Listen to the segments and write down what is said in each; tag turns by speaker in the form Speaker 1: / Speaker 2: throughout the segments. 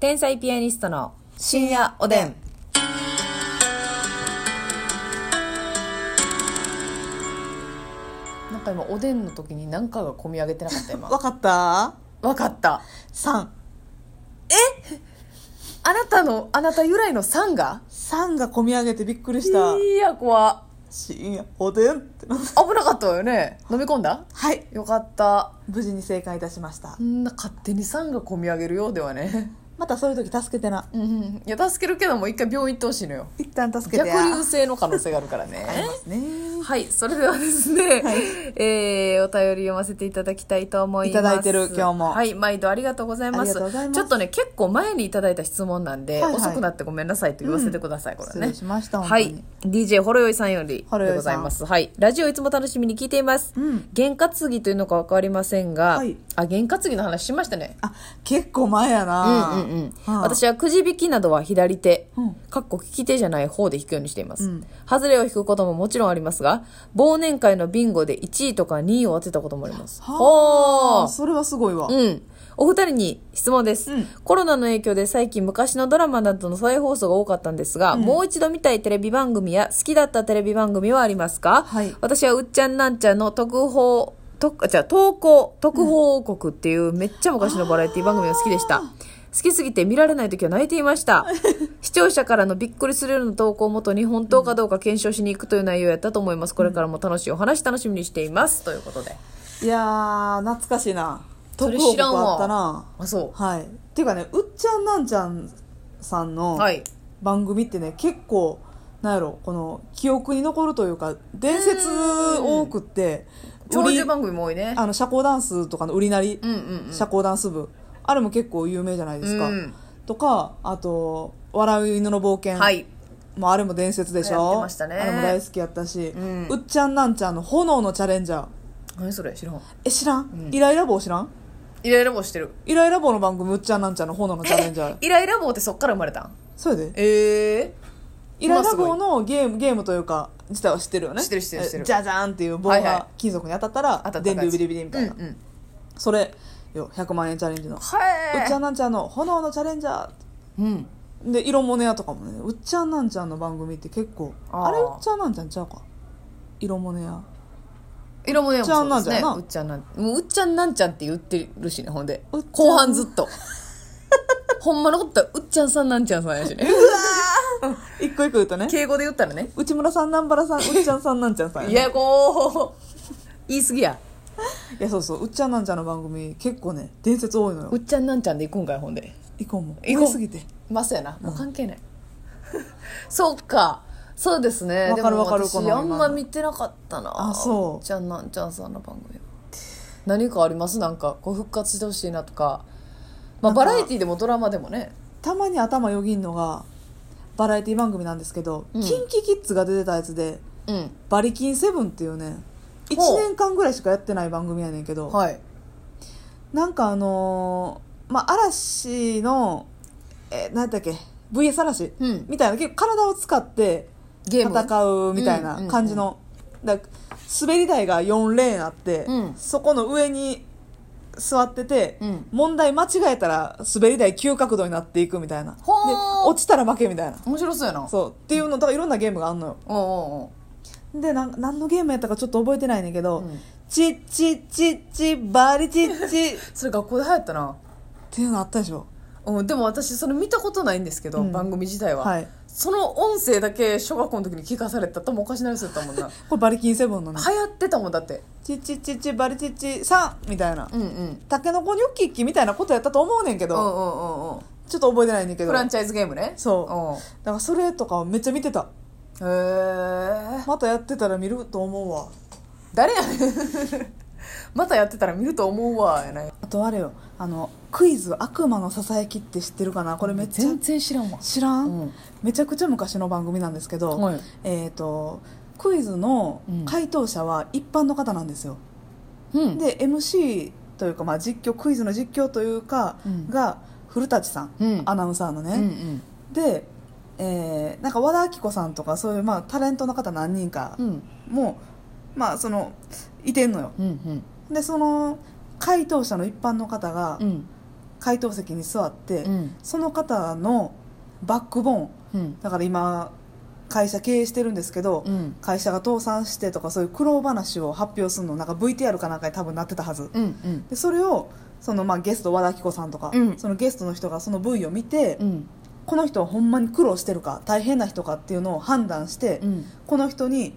Speaker 1: 天才ピアニストの深夜おでん。
Speaker 2: なんか今おでんの時に何かが込み上げてなかった 今
Speaker 1: わかった
Speaker 2: わかった
Speaker 1: 三
Speaker 2: あなたのあなた由来の酸が
Speaker 1: 三が込み上げてびっくりした。
Speaker 2: いや怖
Speaker 1: 深夜おでんって なった
Speaker 2: 危なかったわよね飲み込んだ
Speaker 1: はい。
Speaker 2: よかった
Speaker 1: 無事に正解いたしました
Speaker 2: そ。んな勝手に酸が込み上げるようではね
Speaker 1: またそういう時助けてな。
Speaker 2: うんいや助けるけども一回病院行ってほしいのよ
Speaker 1: 一旦助け
Speaker 2: 逆
Speaker 1: てや。
Speaker 2: 流性の可能性があるから ね
Speaker 1: ありますね。
Speaker 2: はいそれではですね、えーお便り読ませていただきたいと思います
Speaker 1: いただいてる今日も
Speaker 2: はい毎度ありがとうございます
Speaker 1: ありがとうございます
Speaker 2: ちょっとね結構前にいただいた質問なんで、
Speaker 1: はいはい
Speaker 2: 遅くなってごめんなさいと言わせてください、これは
Speaker 1: 失
Speaker 2: ね
Speaker 1: 礼しました、本当
Speaker 2: は
Speaker 1: に。
Speaker 2: い。DJ ほろよいさんより
Speaker 1: ほろよ
Speaker 2: で
Speaker 1: いさん
Speaker 2: ございます。はい。ラジオいつも楽しみに聞いています。
Speaker 1: うん
Speaker 2: 験担ぎというのかわかりませんが、
Speaker 1: はい
Speaker 2: あ、験担ぎの話しましたね。
Speaker 1: あ、結構前や
Speaker 2: う
Speaker 1: な。
Speaker 2: んうんうん。
Speaker 1: はあ
Speaker 2: 私はくじ引きなどは左手
Speaker 1: うん、
Speaker 2: かっこ利き手じゃない方で引くようにしていま
Speaker 1: う
Speaker 2: す
Speaker 1: ん。
Speaker 2: 外れを引くことももちろんありますが、忘年会のビンゴで1位とか2位を当てたこともあります。
Speaker 1: はあ
Speaker 2: ほ
Speaker 1: あ
Speaker 2: ー
Speaker 1: それはすごいわ。
Speaker 2: うん。お二人に質問です、
Speaker 1: うん
Speaker 2: コロナの影響で最近昔のドラマなどの再放送が多かったんですが、もう一度見たいテレビ番組や好きだったテレビ番組はありますか、
Speaker 1: はい
Speaker 2: 私はうっちゃんなんちゃんの特報、特、じゃあ投稿、特報王国っていうめっちゃ昔のバラエティ番組が好きでした。好きすぎて見られない時は泣いていました。視聴者からのびっくりするような投稿をもとに本当かどうか検証しに行くという内容やったと思います。これからも楽しいお話楽しみにしています。ということで。
Speaker 1: いやー、懐かしいな。
Speaker 2: それ
Speaker 1: 特報
Speaker 2: 知らんわ
Speaker 1: あったな。
Speaker 2: あ、そ
Speaker 1: はい。っていうかね、うっちゃんなんちゃんさん
Speaker 2: う。
Speaker 1: の
Speaker 2: はい。
Speaker 1: 番組ってね、結構、なんやろ、この、記憶に残るというか、伝説多くって、
Speaker 2: 長
Speaker 1: 売り
Speaker 2: 寿番組も多いね。
Speaker 1: あの、社交ダンスとかの売りなり、
Speaker 2: うんうんうん。
Speaker 1: 社交ダンス部。あれも結構有名じゃないですか。
Speaker 2: うん
Speaker 1: とか、あと、笑う犬の冒険。
Speaker 2: はい。
Speaker 1: もうあれも伝説でしょ
Speaker 2: やってましたね
Speaker 1: あれも大好きやったし、うんっちゃんなんちゃんの炎のチャレンジャー
Speaker 2: 何それ知らん。
Speaker 1: え知らん、イライラ棒知らん
Speaker 2: イライラ棒してる。
Speaker 1: イライラ棒の番組うっちゃんなんちゃんの炎のチャレ ンジャー
Speaker 2: イライラ棒ってそっから生まれたん
Speaker 1: そうやで
Speaker 2: え
Speaker 1: イライラ棒のゲームゲームというか自体は知ってるよね
Speaker 2: 知ってる知ってる知ってる
Speaker 1: えジャジャーンっていう棒
Speaker 2: はいは
Speaker 1: が
Speaker 2: い
Speaker 1: 金属に当たった
Speaker 2: 当たった
Speaker 1: ら
Speaker 2: やつ
Speaker 1: 電流ビリビリみ
Speaker 2: え
Speaker 1: たいな、
Speaker 2: うんうん。
Speaker 1: それよ100万円チャレンジの、
Speaker 2: は
Speaker 1: うっちゃんなんちゃんの炎のチャレンジャー
Speaker 2: うん。
Speaker 1: で色モネ屋とかもねうっちゃんなんちゃんの番組って結構
Speaker 2: あー
Speaker 1: あれうっちゃんなんちゃんちゃうか色モネ屋
Speaker 2: 色もね、
Speaker 1: うっちゃんなん
Speaker 2: そう
Speaker 1: ち
Speaker 2: で
Speaker 1: ゃん
Speaker 2: すね
Speaker 1: な
Speaker 2: うっちゃんなん、もううっちゃんなんちゃんって言ってるしね、ほんで
Speaker 1: うっちゃん。
Speaker 2: 後半ずっと。 ほんまのことはうっちゃんさんなんちゃんさんやしね。
Speaker 1: 一個一個言うとね
Speaker 2: 敬語で言ったらね。
Speaker 1: 内村さん南原さんうっちゃんさんなんちゃんさんやね
Speaker 2: いや、こう、言い過ぎや。
Speaker 1: いやそうそううっちゃんなんちゃんの番組結構ね伝説多いの
Speaker 2: う
Speaker 1: よ
Speaker 2: っちゃんなんちゃんで行くんかい、ほんで。
Speaker 1: 行こうも
Speaker 2: 行こう
Speaker 1: 多すぎて
Speaker 2: まあそうやなもう関係ない、 そうかそうですね
Speaker 1: わかるわかる
Speaker 2: でも
Speaker 1: こ
Speaker 2: 私
Speaker 1: の
Speaker 2: あんま見てなかったな
Speaker 1: あそう
Speaker 2: ちゃんなんちゃんさんの番組は何かありますなんかこう復活してほしいなとかまあ
Speaker 1: なん
Speaker 2: バ
Speaker 1: か
Speaker 2: ラエティでもドラマでもね
Speaker 1: たまに頭よぎんのがバラエティ番組なんですけど、
Speaker 2: うん
Speaker 1: キンキキッズが出てたやつで
Speaker 2: うん
Speaker 1: 「バリキンセブンっていうね1
Speaker 2: ほう
Speaker 1: 年間ぐらいしかやってない番組やねんけど、
Speaker 2: はい
Speaker 1: なんかあのーまあ嵐のえー、何だっけ VS 嵐、
Speaker 2: うん
Speaker 1: みたいな結構体を使って
Speaker 2: ゲーム
Speaker 1: 戦うみたいな感じの、だから滑り台が4レーンあって、
Speaker 2: うん
Speaker 1: そこの上に座ってて、
Speaker 2: うん
Speaker 1: 問題間違えたら滑り台急角度になっていくみたいなで
Speaker 2: ほー
Speaker 1: 落ちたら負けみたいな
Speaker 2: 面白そうやなう
Speaker 1: そうっていうのだからいろんなゲームがあんのよ
Speaker 2: おうおうおう
Speaker 1: でなん何のゲームやったかちょっと覚えてないねんだけど、
Speaker 2: うん
Speaker 1: チッチッチッチッバリチッチッっ
Speaker 2: それ学校で流行ったな
Speaker 1: ていうのあったでしょ
Speaker 2: うん、でも私それ見たことないんですけど、
Speaker 1: うん
Speaker 2: 番組自体は、
Speaker 1: はい
Speaker 2: その音声だけ小学校の時に聞かされたともおかしなりするった もんな流
Speaker 1: これバリキンセブンのね
Speaker 2: 行ってたもんだって
Speaker 1: チッチッチッチッバリチッチッさんみたいな、
Speaker 2: うんうん
Speaker 1: タケノコニョッキッキみたいなことやったと思うねんけ
Speaker 2: うんう
Speaker 1: ど、
Speaker 2: んうんうん
Speaker 1: ちょっと覚えてないねんだけど
Speaker 2: フランチャイズゲームね
Speaker 1: そだからそれとかをめっちゃ見てた
Speaker 2: うんへえ
Speaker 1: またやってたら見ると思うわ
Speaker 2: 誰やねんまたやってたら見ると思うわやない
Speaker 1: あとあれよあのクイズ「悪魔のささやき」って知ってるかなこれめっちゃ
Speaker 2: 然知らんわ
Speaker 1: 知らん、
Speaker 2: うん
Speaker 1: めちゃくちゃ昔の番組なんですけど、
Speaker 2: はい
Speaker 1: えっ、とクイズの回答者は一般の方なんですよ、
Speaker 2: うん
Speaker 1: で MC というか、まあ、実況クイズの実況というか、
Speaker 2: うん
Speaker 1: が古舘さん、
Speaker 2: うん
Speaker 1: アナウンサーのね、
Speaker 2: うんうん
Speaker 1: で、えーなんか和田アキ子さんとかそういう、まあ、タレントの方何人か
Speaker 2: うん
Speaker 1: も、まあそのいてんのよ
Speaker 2: うんうん
Speaker 1: でその回答者の一般の方が、
Speaker 2: うん
Speaker 1: 回答席に座って、
Speaker 2: うん
Speaker 1: その方のバックボーン
Speaker 2: うん
Speaker 1: だから今会社経営してるんですけど、
Speaker 2: うん
Speaker 1: 会社が倒産してとかそういう苦労話を発表するのなんか VTR かなんかに多分なってたはず、
Speaker 2: うんうん
Speaker 1: でそれをそのまあゲスト和田アキ子さんとか、
Speaker 2: うん
Speaker 1: そのゲストの人がその V を見て、
Speaker 2: うん
Speaker 1: この人はほんまに苦労してるか大変な人かっていうのを判断して、
Speaker 2: うん
Speaker 1: この人に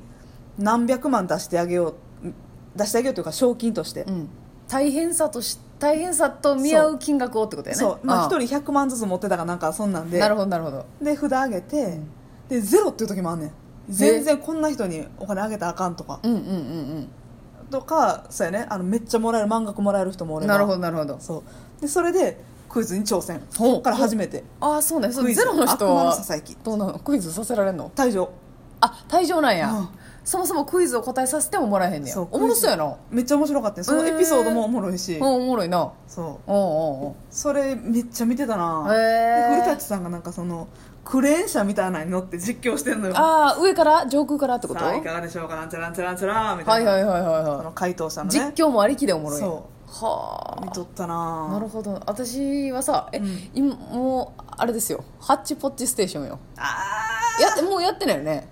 Speaker 1: 何百万出してあげよう出してあげようというか賞金として、
Speaker 2: うん大変さとし大変さと見合う金額をってことやね
Speaker 1: そう、まあ、
Speaker 2: ー
Speaker 1: 1人100万ずつ持ってたかなんかそんなんで
Speaker 2: なるほどなるほど
Speaker 1: で札上げて、でゼロっていう時もあんねん全然こんな人にお金あげたらあかんとか、
Speaker 2: うんうんうん
Speaker 1: とかそうやねあのめっちゃもらえる満額もらえる人もお
Speaker 2: う
Speaker 1: れ
Speaker 2: ん
Speaker 1: ば
Speaker 2: なるほどなるほど
Speaker 1: そうでそれでクイズに挑戦
Speaker 2: ほう
Speaker 1: こっから初めて
Speaker 2: ああそうねそ
Speaker 1: ク
Speaker 2: う
Speaker 1: イズ
Speaker 2: ゼロの人
Speaker 1: 悪魔の
Speaker 2: は
Speaker 1: ささやき
Speaker 2: どうなのクイズさせられんの
Speaker 1: 退場
Speaker 2: あ退場なんや、
Speaker 1: うん
Speaker 2: そもそもクイズを答えさせてももらえへんねや
Speaker 1: そう
Speaker 2: おもろそうやな
Speaker 1: めっちゃ面白かったねそのエピソードもおもろいし、
Speaker 2: うんおもろいな
Speaker 1: そう
Speaker 2: おうおう
Speaker 1: それめっちゃ見てた
Speaker 2: へ
Speaker 1: な
Speaker 2: ー
Speaker 1: で古舘さんがなんかそのクレーン車みたいなのに乗って実況してるのよ
Speaker 2: ああ上から上空からってこと
Speaker 1: さあ
Speaker 2: はいい
Speaker 1: かがでしょうかなんちゃらんちゃらんちゃらみた
Speaker 2: はいい
Speaker 1: な、
Speaker 2: はいはい
Speaker 1: その
Speaker 2: は
Speaker 1: 回答者
Speaker 2: い
Speaker 1: のね
Speaker 2: 実況もありきでおもろいんや
Speaker 1: そ
Speaker 2: は
Speaker 1: 見
Speaker 2: あ
Speaker 1: とったな
Speaker 2: なるほど私はさえ、
Speaker 1: うん
Speaker 2: 今もうあれですよハッチポッチステーションよ
Speaker 1: あ
Speaker 2: やってもうやってないよね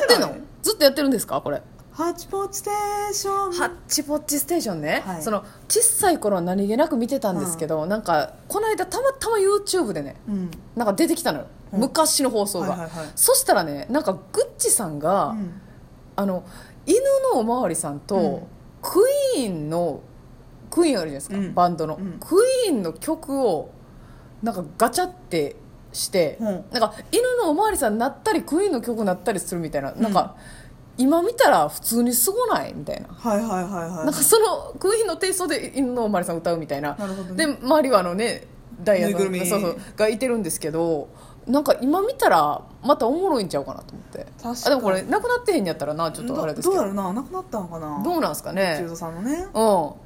Speaker 2: や
Speaker 1: っ
Speaker 2: ってて
Speaker 1: なんい
Speaker 2: のずっとやってるんですかこれ
Speaker 1: ーハッチポッチステーション
Speaker 2: ハッチポッチステーションね、
Speaker 1: はい
Speaker 2: その小さい頃は何気なく見てたんですけど、なんかこの間たまたま YouTube でね
Speaker 1: うん
Speaker 2: なんか出てきたのよ、
Speaker 1: うん
Speaker 2: 昔の放送が、
Speaker 1: はいはいはい
Speaker 2: そしたらねなんかグッチさんが、
Speaker 1: うん
Speaker 2: あの犬のおまわりさんと、
Speaker 1: うん
Speaker 2: クイーンのクイーンあるじゃないですか、
Speaker 1: うん
Speaker 2: バンドの、
Speaker 1: うん
Speaker 2: クイーンの曲をなんかガチャってして、
Speaker 1: うん
Speaker 2: なんか犬のおまわりさんになったりクイーンの曲になったりするみたいな、なんか今見たら普通にすごないみたいな
Speaker 1: はいはいはいは
Speaker 2: なん
Speaker 1: い
Speaker 2: かそのクイーンのテイストで犬のおまわりさん歌うみたいな
Speaker 1: なるほどね
Speaker 2: で周りはあのねダイヤの
Speaker 1: ぬいぐるみ
Speaker 2: そうそうがいてるんですけどなんか今見たらまたおもろいんちゃうかなと思って
Speaker 1: 確かに
Speaker 2: あでもこれなくなってへんやったらなちょっとあれです
Speaker 1: ど
Speaker 2: け
Speaker 1: う
Speaker 2: ど
Speaker 1: やろななくなったのかな
Speaker 2: ど
Speaker 1: う
Speaker 2: うなんですか
Speaker 1: 中
Speaker 2: ね
Speaker 1: 途さんの
Speaker 2: う
Speaker 1: ね
Speaker 2: ん、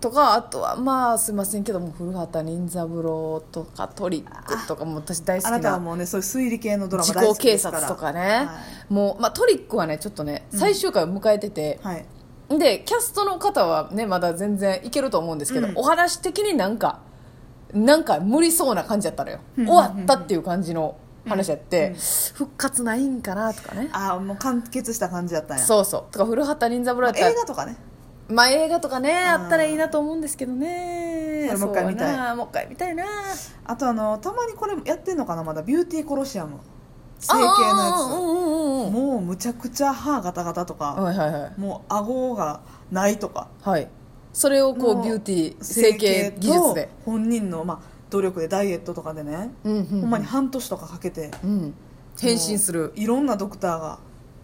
Speaker 2: とかあとはまあすいませんけども古畑任三郎とかトリックとかも私大好
Speaker 1: あ
Speaker 2: き
Speaker 1: なたは
Speaker 2: な
Speaker 1: もうねそういう推理系のドラマ
Speaker 2: 時
Speaker 1: 大好
Speaker 2: 効
Speaker 1: きで
Speaker 2: 警
Speaker 1: すから
Speaker 2: 察とかね、
Speaker 1: は
Speaker 2: もう、まあ、トリックはねちょっとね最終回を迎えてて、
Speaker 1: い、はい
Speaker 2: でキャストの方はねまだ全然いけると思うんですけど、
Speaker 1: うん
Speaker 2: お話的になんかなんか無理そうな感じやったのよ、
Speaker 1: うん
Speaker 2: 終わったっていう感じの話やって、
Speaker 1: うんうん
Speaker 2: 復活ないんかなとかね
Speaker 1: ああもう完結した感じだったんや
Speaker 2: そうそうとか古畑任三郎やったら
Speaker 1: 映画とかね
Speaker 2: まあ映画とかね
Speaker 1: あ
Speaker 2: あ
Speaker 1: ー
Speaker 2: ったらいいなと思うんですけどね
Speaker 1: それもう一回見たい
Speaker 2: そうやなもう一回見たいな
Speaker 1: あとあのたまにこれやってんのかなまだビューティーコロシアム整
Speaker 2: あ
Speaker 1: 形
Speaker 2: ーう
Speaker 1: のや
Speaker 2: んうん
Speaker 1: つ
Speaker 2: うん
Speaker 1: もうむちゃくちゃ歯ガタガタとか、
Speaker 2: はいはいはい
Speaker 1: もう顎がないとか
Speaker 2: はいそれをこう
Speaker 1: もう
Speaker 2: ビューティー整形技術で
Speaker 1: 整形と本人の、まあ、努力でダイエットとかでね、
Speaker 2: うんうんうん
Speaker 1: ほんまに半年とかかけて
Speaker 2: うん変身す
Speaker 1: も
Speaker 2: る
Speaker 1: ういろんなドクターが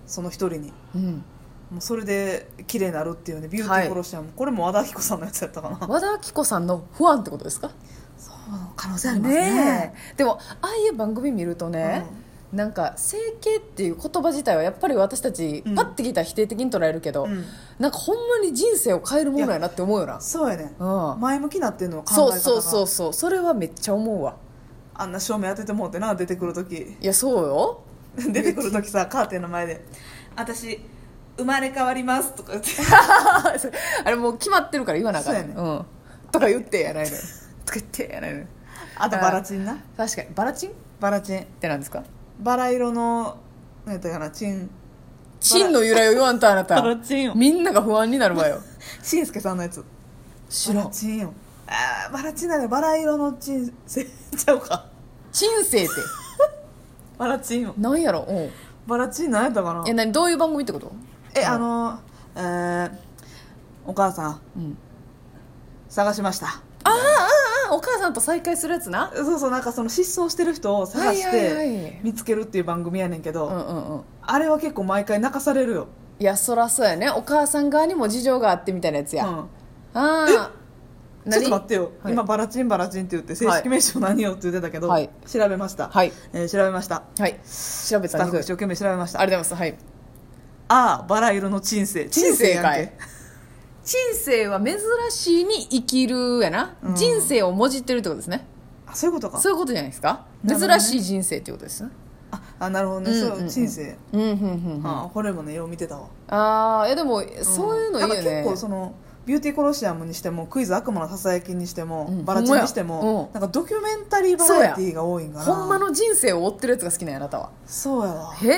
Speaker 1: その一人に
Speaker 2: うん
Speaker 1: もうそれで綺麗になるっていうねビューティーコロシアム、これも和田アキ子さんのやつやったかな
Speaker 2: 和田アキ子さんの不安ってことですか
Speaker 1: そう可能性ありますね
Speaker 2: えでもああいう番組見るとね、なんか整形っていう言葉自体はやっぱり私たち
Speaker 1: うん
Speaker 2: パッて聞いたら否定的に捉えるけど、
Speaker 1: うん
Speaker 2: なんかほんまに人生を変えるものやなって思うよな、
Speaker 1: そうやね
Speaker 2: うん、
Speaker 1: 前向きなっていうのを考え方
Speaker 2: そう
Speaker 1: が
Speaker 2: そうそうそうそれはめっちゃ思うわ
Speaker 1: あんな照明当ててもうてな出てくる時
Speaker 2: いやそうよ
Speaker 1: 出てくる時さカーテンの前で「私生まれ変わります」とか 言って
Speaker 2: あれもう決まってるから言わなあかんねん
Speaker 1: そう
Speaker 2: うん、とか言ってや ないのよとか言ってやないのよ
Speaker 1: あとバラチンな
Speaker 2: 確かにバラチンっ
Speaker 1: バラチン
Speaker 2: てなんですか
Speaker 1: バラ色の何やったかなチン
Speaker 2: チンの由来を言わんとあなた
Speaker 1: バラチンよ
Speaker 2: みんなが不安になるわよ
Speaker 1: しんすけさんのやつ
Speaker 2: 知ら
Speaker 1: バラ
Speaker 2: ん
Speaker 1: チンよあーバラチンなんでバラ色のチンせちゃうか
Speaker 2: チン生って
Speaker 1: バラチンよ
Speaker 2: なんやろうん
Speaker 1: バラチン何やったかな
Speaker 2: え何どういう番組ってこと
Speaker 1: えあのえーお母さん
Speaker 2: うん
Speaker 1: 探しました
Speaker 2: ああああお母さんと再会するやつな
Speaker 1: そうそうなんかその失踪してる人を探し
Speaker 2: はいはいは
Speaker 1: て
Speaker 2: い
Speaker 1: 見つけるっていう番組やねんけど、
Speaker 2: うんうんうん
Speaker 1: あれは結構毎回泣かされるよ、
Speaker 2: いやそらそうやねお母さん側にも事情があってみたいなやつ
Speaker 1: うん、
Speaker 2: や、
Speaker 1: ち
Speaker 2: あ
Speaker 1: ょ
Speaker 2: あ
Speaker 1: っと待ってよ、
Speaker 2: はい
Speaker 1: 今バラチンバラチンって言って正式名称何よって言ってたけど、
Speaker 2: はい
Speaker 1: 調べました、
Speaker 2: はい
Speaker 1: えー調べました
Speaker 2: はい調べ
Speaker 1: ス
Speaker 2: た
Speaker 1: タ
Speaker 2: ら
Speaker 1: ッ
Speaker 2: ひ
Speaker 1: フ
Speaker 2: どい
Speaker 1: 一生懸命調べました
Speaker 2: ありがとうございますはい
Speaker 1: ああバラ色のチンセイ
Speaker 2: 人生
Speaker 1: やん
Speaker 2: か
Speaker 1: け
Speaker 2: い人生は珍しいに生きるやな、
Speaker 1: うん
Speaker 2: 人生をもじってるってことですね
Speaker 1: あそういうことか
Speaker 2: そういうことじゃないですか、
Speaker 1: なるほどね
Speaker 2: 珍しい人生ってことですね
Speaker 1: ああなるほどね、
Speaker 2: うんうん
Speaker 1: そうチンセイ、
Speaker 2: うんうんうんうんあ
Speaker 1: ああこれもねよう見てたわ
Speaker 2: あーいやでもそういうのいいよ
Speaker 1: なんか
Speaker 2: ね
Speaker 1: 結構そのビューティーコロシアムにしてもクイズ悪魔のささやきにしても、
Speaker 2: うん
Speaker 1: バラチンにしても、なんかドキュメンタリーバラエティーが多いんかな
Speaker 2: ほんまの人生を追ってるやつが好きなんやあなたは
Speaker 1: そうやわ
Speaker 2: へ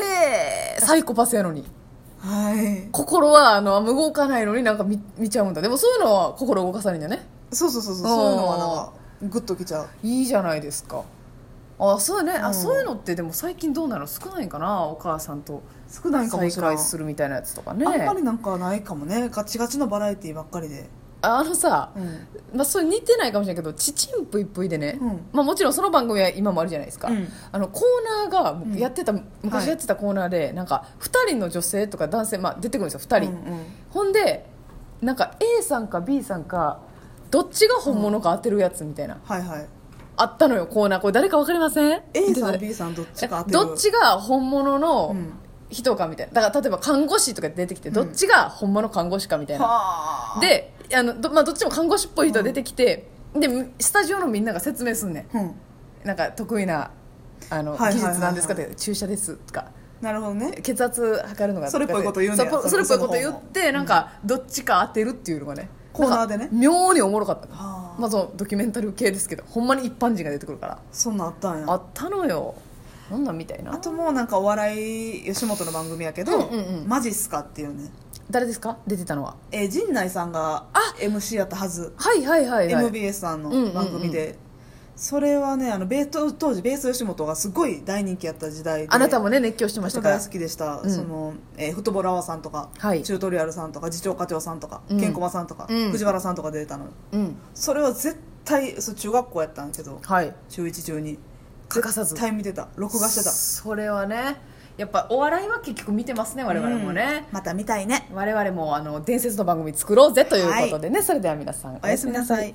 Speaker 2: えサイコパスやのに
Speaker 1: はい
Speaker 2: 心はあのあんま動かないのになんか見見ちゃうんだでもそういうのは心動かされるんだよね
Speaker 1: そうそうそうそうそういうのはなんかグッときちゃう
Speaker 2: いいじゃないですかあそうね、
Speaker 1: う
Speaker 2: あ
Speaker 1: ん
Speaker 2: そういうのってでも最近どうなの少ないんかなお母さんと
Speaker 1: 少ないかも
Speaker 2: 再
Speaker 1: しれない、
Speaker 2: 会するみたいなやつとかね
Speaker 1: あんまりなんかないかもねガチガチのバラエティーばっかりで
Speaker 2: あのさ、
Speaker 1: うん
Speaker 2: まあ、それ似てないかもしれないけど「ちちんぷいぷい」でね、
Speaker 1: うん
Speaker 2: まあ、もちろんその番組は今もあるじゃないですか、
Speaker 1: うん
Speaker 2: あのコーナーがやってた、昔やってたコーナーで、なんか2人の女性とか男性、まあ、出てくるんですよ2人、
Speaker 1: うんうん
Speaker 2: ほんでなんか A さんか B さんかどっちが本物か当てるやつみたいな、
Speaker 1: はいはい
Speaker 2: あったのよコーナーこれ誰か分かりません
Speaker 1: A
Speaker 2: 出
Speaker 1: さん
Speaker 2: てた
Speaker 1: B さんどっちか当てる
Speaker 2: どっちが本物の
Speaker 1: うん
Speaker 2: 人かみたいなだから例えば看護師とか出てきて、
Speaker 1: ん
Speaker 2: どっちが本物看護師かみたいな
Speaker 1: はあ、
Speaker 2: であのど,、まあ、どっちも看護師っぽい人出てきて、でスタジオのみんなが説明すんね
Speaker 1: うん、
Speaker 2: んなんか得意なあの、
Speaker 1: はいはいはいはい
Speaker 2: 技術なんですかって注射ですとか
Speaker 1: なるほどね
Speaker 2: 血圧測るのが
Speaker 1: それっぽいこと言うん
Speaker 2: そ
Speaker 1: だ
Speaker 2: う
Speaker 1: よ
Speaker 2: ぽ
Speaker 1: そ
Speaker 2: それっ
Speaker 1: の
Speaker 2: ぽいこと言
Speaker 1: そ
Speaker 2: っ
Speaker 1: の方
Speaker 2: てなんかどっちか当てるっていうのがね
Speaker 1: コーナーで
Speaker 2: な
Speaker 1: ね
Speaker 2: んか妙におもろかった
Speaker 1: はあ
Speaker 2: まあ、そのドキュメンタリー系ですけどほんまに一般人が出てくるから
Speaker 1: そんなんあったんや
Speaker 2: あったのよなんなんみたいな
Speaker 1: あともうなんかお笑い吉本の番組やけど、
Speaker 2: うんうんうん
Speaker 1: マジっすかっていうね、
Speaker 2: 誰ですか出てたのは
Speaker 1: えー、陣内さんが MC やったはず、
Speaker 2: はいはいはいはい、
Speaker 1: MBS さんの
Speaker 2: うんうんうん
Speaker 1: 番組で、それはねあのベート当時ベース吉本がすごい大人気やった時代で
Speaker 2: あなたもね熱狂してまし
Speaker 1: 私
Speaker 2: た
Speaker 1: も
Speaker 2: から
Speaker 1: 大好きでした、
Speaker 2: うん
Speaker 1: その、えー、フットボールアワーさんとか、
Speaker 2: はい
Speaker 1: チュートリアルさんとか次長課長さんとか、
Speaker 2: うん
Speaker 1: ケンコバさんとか、
Speaker 2: うん
Speaker 1: 藤原さんとか出てたの
Speaker 2: うん
Speaker 1: それは絶対そう中学校やったんやけど
Speaker 2: はい
Speaker 1: 中1中2
Speaker 2: 欠かさず
Speaker 1: 絶対見てた録画してた
Speaker 2: それはねやっぱお笑いは結局見てますね我々もね、
Speaker 1: うんまた見たいね
Speaker 2: 我々もあの伝説の番組作ろうぜということでね、それでは皆さん
Speaker 1: おやすみなさい